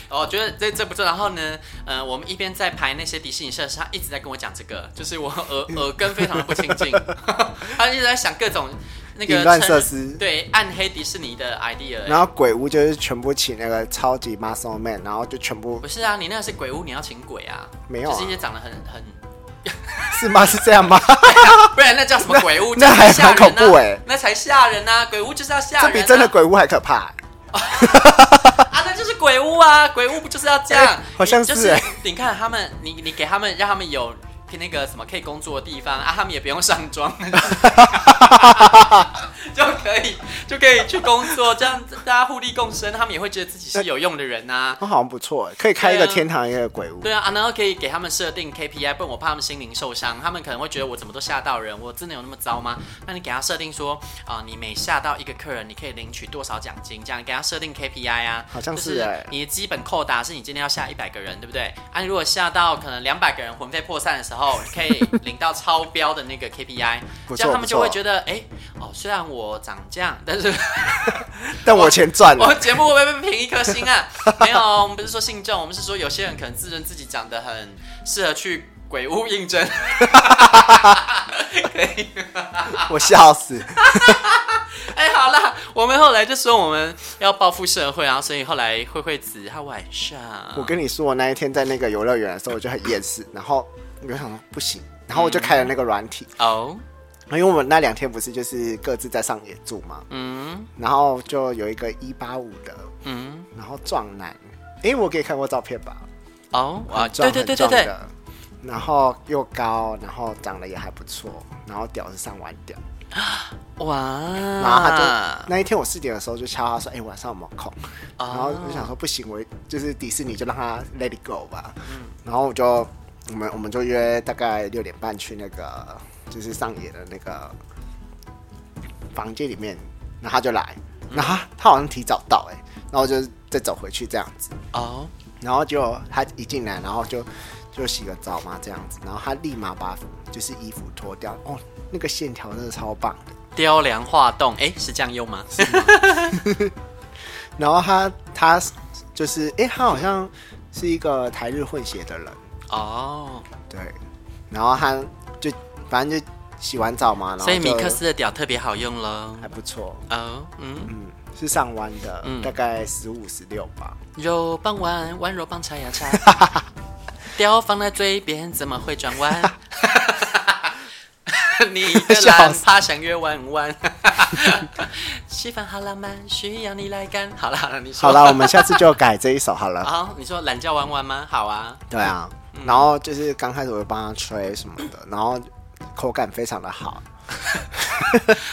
Speaker 1: 哦，我觉得这这不错。然后呢，呃，我们一边在排那些迪士尼设施，他一直在跟我讲这个，就是我
Speaker 3: 嗯
Speaker 1: 耳耳根非常的不清 净，他一直在想各种那个
Speaker 3: 淫乱
Speaker 1: 趁
Speaker 3: 设施
Speaker 1: 对暗黑迪士尼的 idea 欸。
Speaker 3: 然后鬼屋就是全部请那个超级 muscle man，然后就全部
Speaker 1: 不是啊，你那个是鬼屋，你要请鬼啊，
Speaker 3: 没有啊
Speaker 1: 就是一些长得很很，
Speaker 3: 是吗？是这样吗？
Speaker 1: 不然那叫什么鬼屋？
Speaker 3: 那
Speaker 1: 这才
Speaker 3: 那还
Speaker 1: 吓人啊
Speaker 3: 蛮恐怖欸
Speaker 1: 那才吓人呐、啊！鬼屋就是要吓
Speaker 3: 这
Speaker 1: 人、啊，
Speaker 3: 比真的鬼屋还可怕、
Speaker 1: 啊，那就是鬼屋啊，鬼屋不就是要这样？
Speaker 3: 哎好像是
Speaker 1: 你就是
Speaker 3: 哎
Speaker 1: 你看他们，你你给他们，让他们有那个什么可以工作的地方啊，他们也不用上妆， 就可以就可以去工作，这样大家互利共生，他们也会觉得自己是有用的人呐、啊。
Speaker 3: 那好像不错，可以开一个
Speaker 1: 对啊
Speaker 3: 天堂，一个鬼屋。
Speaker 1: 对啊，啊，然后可以给他们设定 KPI，不然我怕他们心灵受伤，他们可能会觉得我怎么都吓到人，我真的有那么糟吗？那你给他设定说，啊、你每吓到一个客人，你可以领取多少奖金，这样给他设定 KPI 啊，
Speaker 3: 好像
Speaker 1: 就是
Speaker 3: 欸
Speaker 1: 你的基本扣打是你今天要吓一百个人，对不对？啊，你如果吓到可能两百个人魂飞魄散的时候，可以领到超标的那个 KPI，
Speaker 3: 不错
Speaker 1: 这样他们就
Speaker 3: 不错
Speaker 1: 会觉得，哎、哦，虽然我长这样，但是
Speaker 3: 但我钱赚
Speaker 1: 我
Speaker 3: 了，
Speaker 1: 节目会不会被评一颗星 啊？没有，我们不是说信众，我们是说有些人可能自认自己长得很适合去鬼屋应征，
Speaker 3: 我笑死。
Speaker 1: 哎、好啦，我们后来就说我们要报复社会啊，所以后来慧慧子她晚上，
Speaker 3: 我跟你说，我那一天在那个游乐园的时候，我就很厌世，然后我就想说不行，然后我就开了那个软体，
Speaker 1: 哦，
Speaker 3: 因为我们那两天不是就是各自在上野住嘛，
Speaker 1: 嗯
Speaker 3: 然后就有一个一八五的，
Speaker 1: 嗯，
Speaker 3: 然后壮男，诶，我给你看过照片吧？
Speaker 1: 哦，哇，
Speaker 3: 很壮
Speaker 1: 对对对对
Speaker 3: 很壮
Speaker 1: 对，
Speaker 3: 的然后又高，然后长得也还不错，然后屌是上完屌，
Speaker 1: 哇，
Speaker 3: 然后他就、那一天我四点的时候就敲他说，诶，哎晚上有没有空？
Speaker 1: 嗯哦
Speaker 3: 然后我就想说不行，我就是迪士尼就让他 let it go 吧。然后我就我们我们就约大概六点半去那个就是上野的那个房间里面，然后他就来，然后他他好像提早到哎、欸然后我就再走回去这样子，
Speaker 1: 哦，
Speaker 3: 然后就他一进来，然后就就洗个澡嘛这样子，然后他立马把就是衣服脱掉，哦，那个线条真的超棒的。
Speaker 1: 雕梁画栋，哎、是这样用吗？
Speaker 3: 然后他他就是哎、他好像是一个台日混血的人，
Speaker 1: 哦，
Speaker 3: 对，然后他就反正就洗完澡嘛，然后
Speaker 1: 所以
Speaker 3: 就
Speaker 1: 米克斯的屌特别好用喽。
Speaker 3: 还不错，
Speaker 1: 哦，嗯，
Speaker 3: 嗯，是上弯的，
Speaker 1: 嗯
Speaker 3: 大概十五十六吧。
Speaker 1: 肉棒丸，弯柔棒插呀 插，雕放在嘴边怎么会转弯？ 你的懒趴想约弯 弯，吃饭好浪漫，需要你来干。好了好了，你说
Speaker 3: 好了，我们下次就改这一首 好了。
Speaker 1: 好，你说懒叫弯弯吗？好啊，
Speaker 3: 对啊，然后就是刚开始我会帮他吹什么的，然后口感非常的好，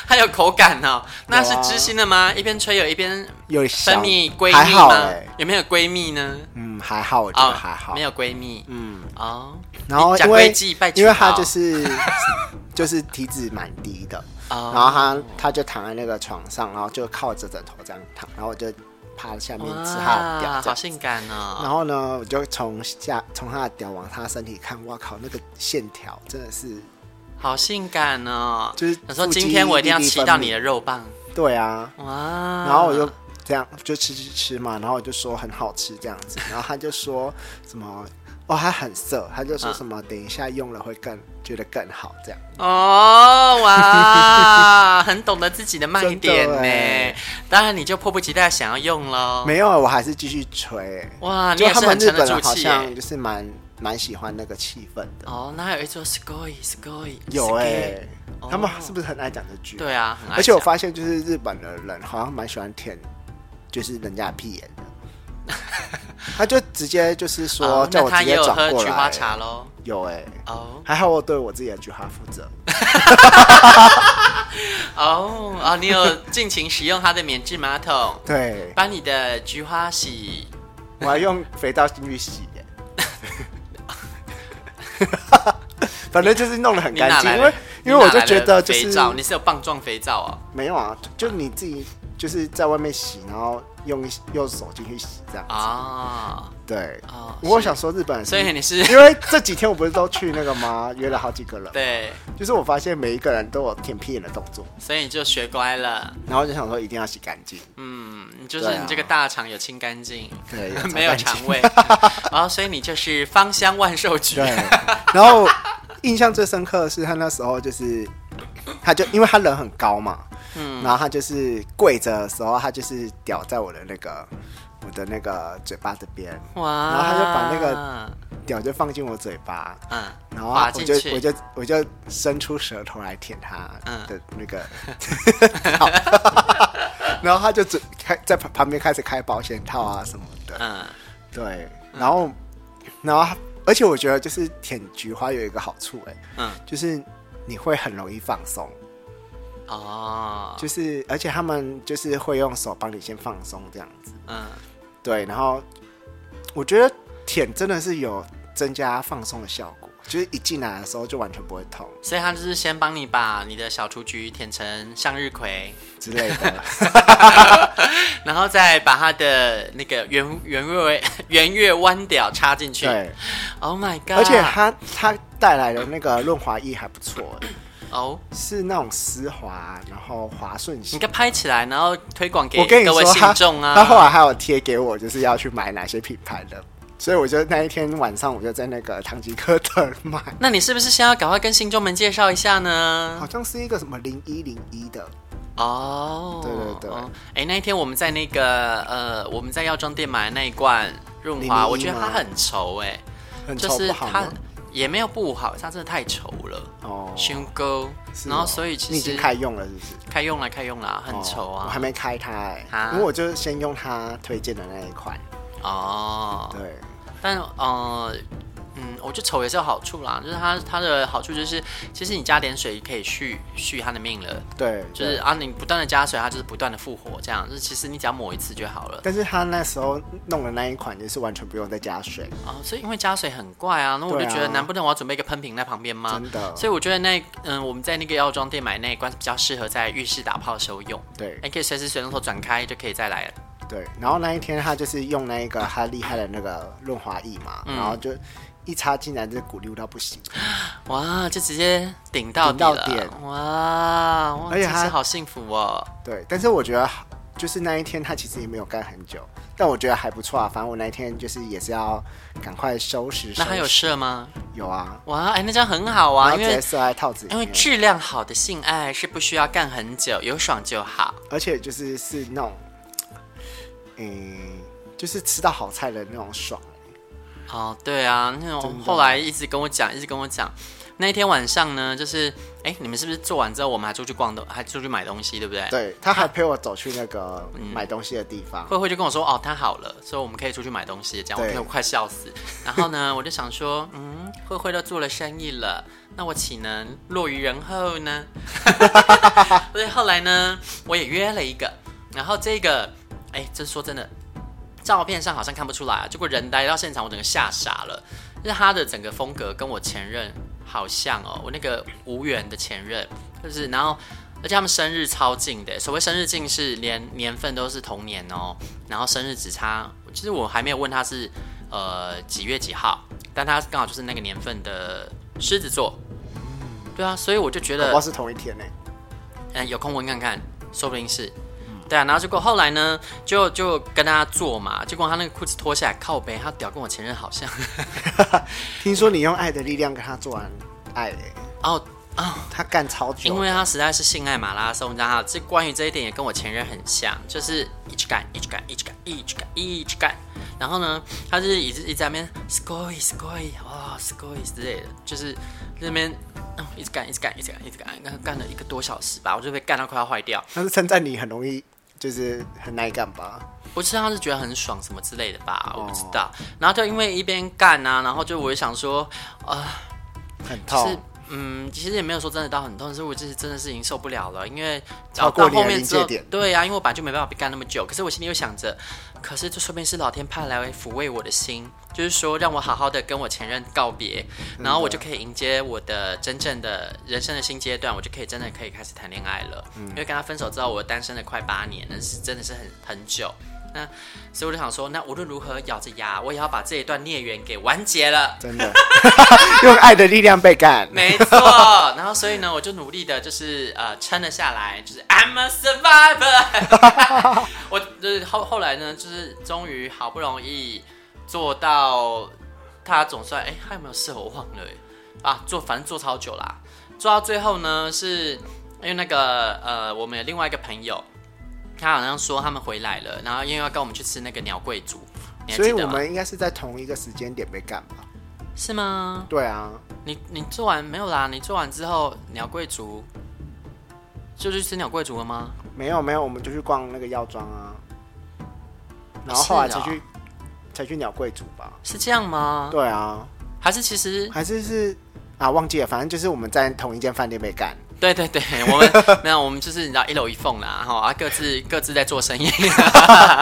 Speaker 1: 还有口感哦，那
Speaker 3: 有
Speaker 1: 是
Speaker 3: 啊
Speaker 1: 知心的吗？一边吹有一边
Speaker 3: 有
Speaker 1: 分
Speaker 3: 小
Speaker 1: 泌闺
Speaker 3: 还
Speaker 1: 蜜
Speaker 3: 好
Speaker 1: 吗
Speaker 3: 哎、？
Speaker 1: 有没有闺蜜呢？
Speaker 3: 嗯，还好，我觉
Speaker 1: 哦，
Speaker 3: 得还好，
Speaker 1: 没有闺蜜
Speaker 3: 嗯。
Speaker 1: 哦
Speaker 3: 然后
Speaker 1: 讲
Speaker 3: 因为
Speaker 1: 规矩拜
Speaker 3: 因为
Speaker 1: 取
Speaker 3: 他
Speaker 1: 好
Speaker 3: 就是 就是体脂蛮低的，
Speaker 1: 哦，
Speaker 3: 然后他他就躺在那个床上，然后就靠着枕头这样躺，然后我就趴下面吃他的屌
Speaker 1: 哇，
Speaker 3: 这
Speaker 1: 好
Speaker 3: 样。
Speaker 1: 性感哦！
Speaker 3: 然后呢，我就从下从他的屌往他身体看，哇靠，那个线条真的是，
Speaker 1: 好性感哦！
Speaker 3: 就是
Speaker 1: 我说
Speaker 3: 腹肌
Speaker 1: 今天我一定要吃到你
Speaker 3: 粒
Speaker 1: 的肉棒
Speaker 3: 对啊。
Speaker 1: 哇！
Speaker 3: 然后我就这样就吃吃吃嘛，然后我就说很好吃这样子，然后他就说什么哦，他很色，他就说什么、等一下用了会更觉得更好这样。
Speaker 1: 哦 哇，很懂得自己的卖点
Speaker 3: 真的耶
Speaker 1: 呢。当然，你就迫不及待想要用喽。
Speaker 3: 没有，我还是继续吹、
Speaker 1: 哦
Speaker 3: 欸
Speaker 1: 哇，你
Speaker 3: 就
Speaker 1: 也
Speaker 3: 他
Speaker 1: 是
Speaker 3: 们
Speaker 1: 很
Speaker 3: 日
Speaker 1: 沉得
Speaker 3: 本
Speaker 1: 住
Speaker 3: 人好
Speaker 1: 气
Speaker 3: 像
Speaker 1: 耶。
Speaker 3: 就是蛮蛮喜欢那个气氛的。
Speaker 1: 哦，那还有一首 sky sky
Speaker 3: 有哎、
Speaker 1: 哦
Speaker 3: 他们是不是很爱讲这句？、
Speaker 1: 对啊，很爱
Speaker 3: 而且我
Speaker 1: 讲
Speaker 3: 发现，就是日本的人好像蛮喜欢舔，就是人家的屁眼的。 他就直接就是说
Speaker 1: 哦
Speaker 3: 叫我
Speaker 1: 那他
Speaker 3: 直接
Speaker 1: 也有
Speaker 3: 转
Speaker 1: 喝
Speaker 3: 过
Speaker 1: 菊花
Speaker 3: 来。
Speaker 1: 茶喽。
Speaker 3: 有哎、
Speaker 1: 哦
Speaker 3: 还好我对我自己的菊花负责。
Speaker 1: 哦啊，你有尽情使用它的免治马桶，
Speaker 3: 对，
Speaker 1: 把你的菊花洗
Speaker 3: 我还用肥皂去洗耶、 反正就是弄得很
Speaker 1: 你哪
Speaker 3: 干净，
Speaker 1: 来
Speaker 3: 因
Speaker 1: 的
Speaker 3: 为？因为我
Speaker 1: 你
Speaker 3: 就
Speaker 1: 哪来的
Speaker 3: 觉得就
Speaker 1: 肥
Speaker 3: 是
Speaker 1: 皂，你是有棒状肥皂哦。
Speaker 3: 没有啊，就就你自己就是在外面洗，然后用用手进去洗这样子。
Speaker 1: 啊、
Speaker 3: 对，
Speaker 1: 哦
Speaker 3: 我想说日本人是，
Speaker 1: 所以你是
Speaker 3: 因为这几天我不是都去那个 吗？约了好几个人，，
Speaker 1: 对，
Speaker 3: 就是我发现每一个人都有舔屁眼的动作，
Speaker 1: 所以你就学乖了。
Speaker 3: 然后就想说一定要洗干净。
Speaker 1: 嗯，你就是
Speaker 3: 对啊
Speaker 1: 你这个大肠有清干 净，
Speaker 3: 对
Speaker 1: 没有
Speaker 3: 有肠
Speaker 1: 肠胃，然后所以你就是芳香万寿菊
Speaker 3: 对，然后印象最深刻的是他那时候就是，他就因为他人很高嘛，嗯，然后他就是跪着的时候，他就是屌在我的那个我的那个嘴巴这边，
Speaker 1: 哇，
Speaker 3: 然后他就把那个屌就放进我嘴巴，
Speaker 1: 嗯，
Speaker 3: 然后啊
Speaker 1: 滑
Speaker 3: 我
Speaker 1: 进
Speaker 3: 就
Speaker 1: 去嗯
Speaker 3: 我就我就伸出舌头来舔他的那个， 然后他就准开在旁旁边开始开保险套啊什么的，
Speaker 1: 嗯，
Speaker 3: 对，然后然后他而且我觉得就是舔菊花有一个好处哎、
Speaker 1: 嗯
Speaker 3: 就是你会很容易放松，
Speaker 1: 哦，
Speaker 3: 就是而且他们就是会用手帮你先放松这样子，
Speaker 1: 嗯，
Speaker 3: 对，然后我觉得舔真的是有增加放松的效果，就是一进来的时候就完全不会痛
Speaker 1: 所以他就是先帮你把你的小雏菊舔成向日葵，
Speaker 3: 之类的。
Speaker 1: 然后再把它的那个圆圆月圆月弯屌插进去。
Speaker 3: 对，
Speaker 1: ，Oh my god！
Speaker 3: 而且它它带来的那个润滑液还不错，
Speaker 1: 哦，
Speaker 3: 是那种丝滑然后滑顺
Speaker 1: 你
Speaker 3: 型。
Speaker 1: 该拍起来，然后推广给
Speaker 3: 我跟你
Speaker 1: 各位
Speaker 3: 说，
Speaker 1: 信
Speaker 3: 他
Speaker 1: 众啊。
Speaker 3: 他后来还有贴给我，就是要去买哪些品牌的，所以我就那一天晚上我就在那个唐吉诃德买，
Speaker 1: 那你是不是先要赶快跟信众们介绍一下呢
Speaker 3: 好？像是一个什么零一零一的，
Speaker 1: 哦，
Speaker 3: 对对对
Speaker 1: 哦哎、那一天我们在那个呃，我们在药妆店买的那一罐润
Speaker 3: 001
Speaker 1: 滑，
Speaker 3: 吗
Speaker 1: 我觉得它很稠哎、
Speaker 3: 很
Speaker 1: 就
Speaker 3: 丑
Speaker 1: 是
Speaker 3: 不好
Speaker 1: 它
Speaker 3: 吗？
Speaker 1: 也没有不好，它真的太稠了，
Speaker 3: 哦，
Speaker 1: 胸沟、
Speaker 3: 是
Speaker 1: 然后
Speaker 3: 哦
Speaker 1: 所以其实
Speaker 3: 你已经开用了是不是？
Speaker 1: 开用了，开用了，很稠
Speaker 3: 哦我还
Speaker 1: 啊。
Speaker 3: 没开它哎、
Speaker 1: 啊
Speaker 3: 因为我就先用它推荐的那一款，
Speaker 1: 哦，
Speaker 3: 对，
Speaker 1: 但呃，嗯，我觉得稠也是有好处啦，就是它它的好处就是，其实你加点水可以续续它的命了。
Speaker 3: 对，
Speaker 1: 就是
Speaker 3: 对。
Speaker 1: 啊，你不断的加水，它就是不断的复活，这样就是其实你只要抹一次就好了。
Speaker 3: 但是他那时候弄的那一款就是完全不用再加水，
Speaker 1: 啊、所以因为加水很怪啊，那我就
Speaker 3: 对啊
Speaker 1: 觉得难不成我要准备一个喷瓶在旁边吗？
Speaker 3: 真的
Speaker 1: 所以我觉得那嗯，我们在那个药妆店买那一罐是比较适合在浴室打泡的时候用，哎
Speaker 3: 对
Speaker 1: 你可以随时水龙头转开就可以再来了。
Speaker 3: 对。然后那一天他就是用那一个他厉害的那个润滑液嘛，
Speaker 1: 嗯
Speaker 3: 然后就一插进来就鼓溜到不行，
Speaker 1: 哇，就直接顶到底
Speaker 3: 顶到
Speaker 1: 了，
Speaker 3: 点
Speaker 1: 哇，哇，
Speaker 3: 而且
Speaker 1: 真
Speaker 3: 它
Speaker 1: 是好幸福哦。
Speaker 3: 对。但是我觉得就是那一天他其实也没有干很久，但我觉得还不错啊。反正我那一天就是也是要赶快收拾，
Speaker 1: 那还有
Speaker 3: 收拾
Speaker 1: 射吗？
Speaker 3: 有啊，
Speaker 1: 哇，哎，那这样很好
Speaker 3: 然
Speaker 1: 啊，
Speaker 3: 后嗯
Speaker 1: 因
Speaker 3: 直接
Speaker 1: 为
Speaker 3: 塞在套子里
Speaker 1: 因为
Speaker 3: 面，
Speaker 1: 质量好的性爱是不需要干很久，有爽就好。
Speaker 3: 而且就是是那种，嗯，就是吃到好菜的那种爽。
Speaker 1: 哦，对啊，那种
Speaker 3: 真的
Speaker 1: 后来一直跟我讲，一直跟我讲。那一天晚上呢，就是哎，你们是不是做完之后，我们还出去逛东，还出去买东西，对不对？。
Speaker 3: 对，他还陪我走去那个
Speaker 1: 嗯
Speaker 3: 买东西的地方。
Speaker 1: 慧慧就跟我说，哦，她好了，所以我们可以出去买东西，这样我
Speaker 3: 对
Speaker 1: 朋友快笑死。然后呢，我就想说，嗯，慧慧都做了生意了，那我岂能落于人后呢？所以后来呢，我也约了一个，然后这个，哎，这说真的，照片上好像看不出来、啊，结果人来到现场，我整个吓傻了，就是他的整个风格跟我前任好像哦，我那个无缘的前任，就是然后。而且他们生日超近的，所谓生日近是连年份都是同年哦，然后生日只差，其实我还没有问他是呃几月几号，但他刚好就是那个年份的狮子座，对啊，所以我就觉
Speaker 3: 我
Speaker 1: 得
Speaker 3: 不是同一天呢、
Speaker 1: 嗯，有空问看看，说不定是。对啊，然后结果后来呢，就就跟他做嘛，结果他那个裤子脱下来，靠背，他屌跟我前任好像。
Speaker 3: 听说你用爱的力量跟他做完爱、欸，
Speaker 1: 哦，
Speaker 3: 他干超久，
Speaker 1: 因为他实在是性爱马拉松，你知道吗？这关于这一点也跟我前任很像，就是一直干，一直干，一直干，一直干，一直干。然后呢，他就是一直一直在那边 s c o y s c o y 哇 s c o y 之类的，就是在那边、哦一直干，一直干，一直干，一直干，干干了一个多小时吧，我就被干到快要坏掉。
Speaker 3: 他是称赞你很容易，就是很耐干吧？
Speaker 1: 我知道他是觉得很爽什么之类的吧，我
Speaker 3: 哦
Speaker 1: 不知道。然后就因为一边干啊，然后就我就想说，啊
Speaker 3: 很
Speaker 1: 就
Speaker 3: 痛，
Speaker 1: 是嗯，其实也没有说真的到很痛，是我就是真的是已经受不了了，因为
Speaker 3: 超过
Speaker 1: 到后
Speaker 3: 你的
Speaker 1: 面
Speaker 3: 临
Speaker 1: 之后
Speaker 3: 界点，
Speaker 1: 对啊呀、因为我本来就没办法被干那么久，可是我心里又想着，可是这说不定是老天派来抚慰我的心，就是说让我好好的跟我前任告别，
Speaker 3: 嗯
Speaker 1: 然
Speaker 3: 啊
Speaker 1: 后我就可以迎接我的真正的人生的新阶段，我就可以真的可以开始谈恋爱了，因为
Speaker 3: 嗯
Speaker 1: 跟他分手之后，我单身了快八年了，是真的是很很久。那所以我就想说，那无论如何咬着牙，我也要把这一段孽缘给完结了。
Speaker 3: 真的， 用爱的力量被干，
Speaker 1: 没错，然后所以呢，我就努力的，就是呃撑了下来，就是 I'm a survivor 。 我就是后后来呢，就是终于好不容易做到，他总算哎，他有没有事我忘了哎啊，做反正做超久啦，做到最后呢，是因为那个呃，我们有另外一个朋友，他好像说他们回来了，然后因为要跟我们去吃那个鸟贵族，你还
Speaker 3: 所以
Speaker 1: 记得啊
Speaker 3: 我
Speaker 1: 吗？
Speaker 3: 们应该是在同一个时间点被干吧？
Speaker 1: 是吗？
Speaker 3: 对啊，
Speaker 1: 你你做完没有啦？你做完之后，鸟贵族就去吃鸟贵族了吗？
Speaker 3: 没有没有，我们就去逛那个药妆啊，
Speaker 1: 啊
Speaker 3: 然后后来才去、才去鸟贵族吧？
Speaker 1: 是这样吗？
Speaker 3: 对啊，
Speaker 1: 还是其实
Speaker 3: 还是是啊忘记了，反正就是我们在同一间饭店被干。
Speaker 1: 对对对，我们没有，我们就是你知道一楼一凤啦，哈啊，各自各自在做生意，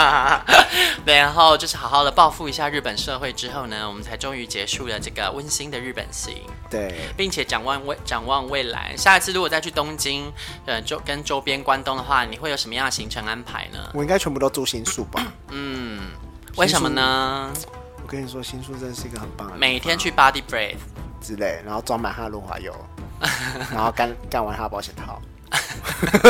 Speaker 1: 对，然后就是好好的报复一下日本社会之后呢，我们才终于结束了这个温馨的日本行，
Speaker 3: 对，
Speaker 1: 并且展望未展望未来。下一次如果再去东京，呃，周跟周边关东的话，你会有什么样的行程安排呢？
Speaker 3: 我应该全部都住新宿吧？
Speaker 1: 嗯，为什么呢？
Speaker 3: 我跟你说，新宿真的是一个很棒的地方
Speaker 1: 每天去 Body Breath，
Speaker 3: 之类，然后装满它的润滑 油，然后干干完它的保险套。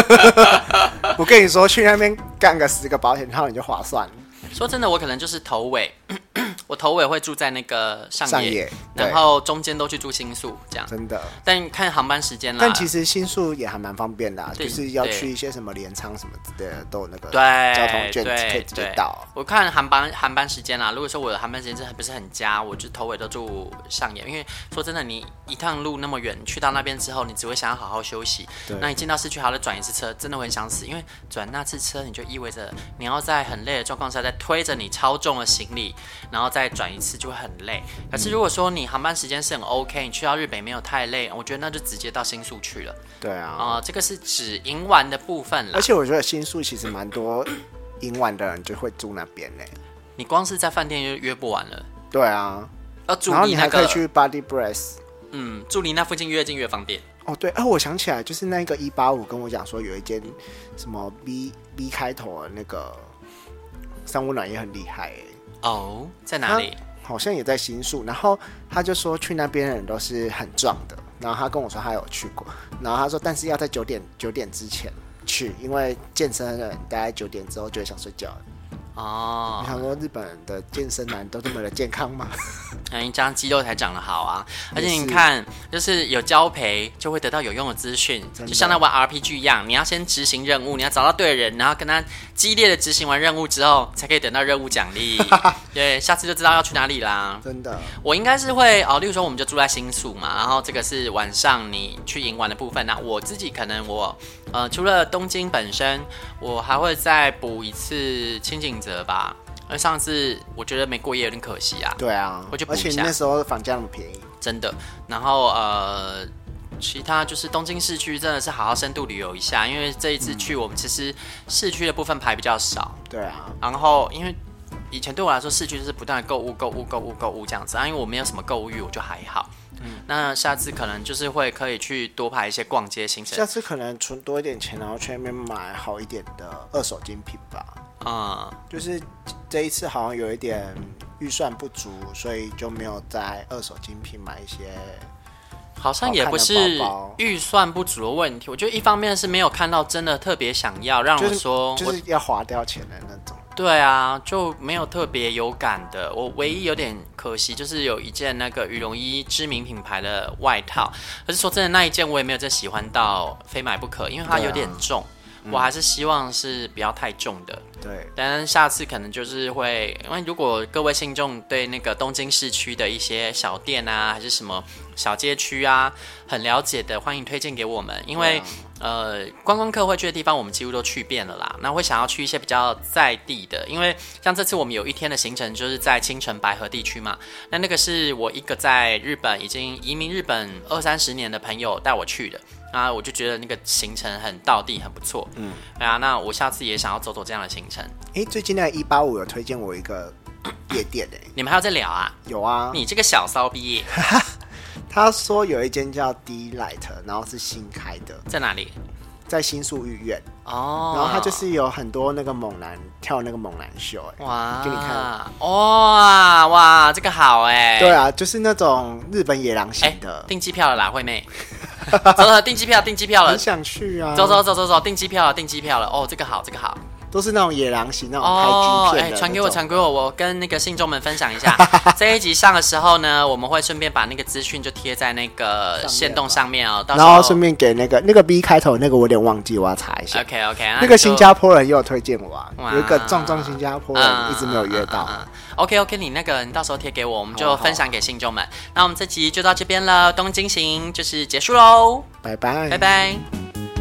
Speaker 3: 我跟你说，去那边干个十个保险套你就划算了。
Speaker 1: 说真的，我可能就是头尾， 我头尾会住在那个上野，
Speaker 3: 上野对
Speaker 1: 然后中间都去住新宿这样。
Speaker 3: 真的。
Speaker 1: 但看航班时间啦。
Speaker 3: 但其实新宿也还蛮方便的、啊，
Speaker 1: 对
Speaker 3: 就是要
Speaker 1: 对
Speaker 3: 去一些什么镰仓什么之类的，都有那个
Speaker 1: 对
Speaker 3: 交通券
Speaker 1: 对
Speaker 3: 可以直接
Speaker 1: 对
Speaker 3: 到。
Speaker 1: 我看航班航班时间啦，啊如果说我的航班时间真的不是很佳，我就头尾都住上野，因为说真的，你一趟路那么远，去到那边之后，你只会想要好好休息。
Speaker 3: 对
Speaker 1: 那你进到市区还要再转一次车，真的会很想死，因为转那次车，你就意味着你要在很累的状况下，再推着你超重的行李，然后再转一次就会很累。
Speaker 3: 嗯
Speaker 1: 可是如果说你航班时间是很 OK，你去到日本没有太累，我觉得那就直接到新宿去了
Speaker 3: 对啊，
Speaker 1: 啊、这个是指银丸的部分啦
Speaker 3: 而。且我觉得新宿其实蛮多英晚的人就会住那边呢、
Speaker 1: 你光是在饭店就约不完了。
Speaker 3: 对啊，
Speaker 1: 要住
Speaker 3: 然后
Speaker 1: 离
Speaker 3: 你
Speaker 1: 那
Speaker 3: 还可
Speaker 1: 个，
Speaker 3: 以去 Body Breath。
Speaker 1: 嗯，住离那附近越近越方便。
Speaker 3: 哦，对，啊，我想起来，就是那个一八五跟我讲说有一间什么 B B 开头的那个三温暖也很厉害、欸，
Speaker 1: 哦，在哪里？
Speaker 3: 他好像也在新宿，然后他就说去那边的人都是很壮的，然后他跟我说他有去过，然后他说但是要在九点九点之前去，因为健身的人大概九点之后就会想睡觉了。我
Speaker 1: 哦，
Speaker 3: 想说日本人的健身男都这么的健康 吗？
Speaker 1: 那你这样肌肉才长得好啊！而且
Speaker 3: 也
Speaker 1: 你
Speaker 3: 是
Speaker 1: 看，就是有交陪就会得到有用的资讯，
Speaker 3: 真的
Speaker 1: 就像在玩 RPG 一样，你要先执行任务，你要找到对的人，然后跟他激烈的执行完任务之后，才可以等到任务奖 励。对，下次就知道要去哪里啦。
Speaker 3: 真的，
Speaker 1: 我应该是会哦，例如说我们就住在新宿嘛，然后这个是晚上你去营玩的部分。那我自己可能我呃，除了东京本身，我还会再补一次清景泽吧。而上次我觉得没过夜有点可惜啊，
Speaker 3: 对啊，
Speaker 1: 我去补
Speaker 3: 而
Speaker 1: 一
Speaker 3: 且
Speaker 1: 下
Speaker 3: 那时候房价那么便宜，
Speaker 1: 真的。然后呃，其他就是东京市区真的是好好深度旅游一下，因为这一次去我们其实市区的部分排比较少，
Speaker 3: 对啊，
Speaker 1: 然后因为以前对我来说，市区就是不断的购物、购物、购物、购物这样子啊，因为我没有什么购物欲，我就还好。嗯，那下次可能就是会可以去多排一些逛街行
Speaker 3: 下
Speaker 1: 程，
Speaker 3: 次可能存多一点钱，然后去那边买好一点的二手精品吧。
Speaker 1: 嗯，
Speaker 3: 就是这一次好像有一点预算不足，所以就没有在二手精品买一些。
Speaker 1: 好像也不
Speaker 3: 好看
Speaker 1: 是
Speaker 3: 的包包
Speaker 1: 预算不足的问题。我觉得一方面是没有看到真的特别想要，让
Speaker 3: 就
Speaker 1: 我
Speaker 3: 是
Speaker 1: 说
Speaker 3: 就是要花掉钱的那种。
Speaker 1: 对啊，就没有特别有感的。我唯一有点可惜，就是有一件那个羽绒衣知名品牌的外套，可是说真的，那一件我也没有真喜欢到非买不可，因为它有点啊重。我还是希望是不要太重的，
Speaker 3: 对，
Speaker 1: 但下次可能就是会，因为如果各位信众对那个东京市区的一些小店啊，还是什么小街区啊，很了解的，欢迎推荐给我们，因为、呃，观光客会去的地方，我们几乎都去遍了啦。那会想要去一些比较在地的，因为像这次我们有一天的行程就是在青城白河地区嘛。那那个是我一个在日本已经移民日本二三十年的朋友带我去的啊，我就觉得那个行程很到地，很不错。嗯，啊，那我下次也想要走走这样的行程。
Speaker 3: 诶，最近那一八五有推荐我一个 夜店诶、
Speaker 1: 你们还要再聊啊？
Speaker 3: 有啊，
Speaker 1: 你这个小骚逼
Speaker 3: 他说有一间叫 D Light，然后是新开的，
Speaker 1: 在哪 里？
Speaker 3: 在新宿御苑，
Speaker 1: 哦，
Speaker 3: 然后它就是有很多那个猛男跳那个猛男秀欸诶、
Speaker 1: 哇，
Speaker 3: 给你看。
Speaker 1: 哇哇，这个好哎、
Speaker 3: 对啊，就是那种日本野狼
Speaker 1: 哎、
Speaker 3: 型的，
Speaker 1: 订机票了啦，惠妹， 走了，订机票，订机票了
Speaker 3: 很，想去啊。
Speaker 1: 走走走走走，订机票了，订机票了。哦，这个好，这个好。
Speaker 3: 都是那种野狼型那种
Speaker 1: 哦
Speaker 3: 拍，剧片的，
Speaker 1: 传给我，传。给我，我跟那个信众们分享一 下。这一集上的时候呢，我们会顺便把那个资讯就贴在那个
Speaker 3: 上面
Speaker 1: 线动
Speaker 3: 吧
Speaker 1: 上面哦。到时
Speaker 3: 然后顺
Speaker 1: 候
Speaker 3: 便给那个那个 B 开头那个，我有点忘记，我要查一下。
Speaker 1: OK OK，
Speaker 3: 那个新加坡人也有推荐我啊，
Speaker 1: 哇嗯
Speaker 3: 有一个壮壮新加坡人一直没有约到。
Speaker 1: OK OK，你那个你到时候贴给我，我们
Speaker 3: 好
Speaker 1: 就
Speaker 3: 啊好啊
Speaker 1: 分享给信众们。那我们这集就到这边了，东京行就是结束喽，
Speaker 3: 拜拜，
Speaker 1: 拜。拜。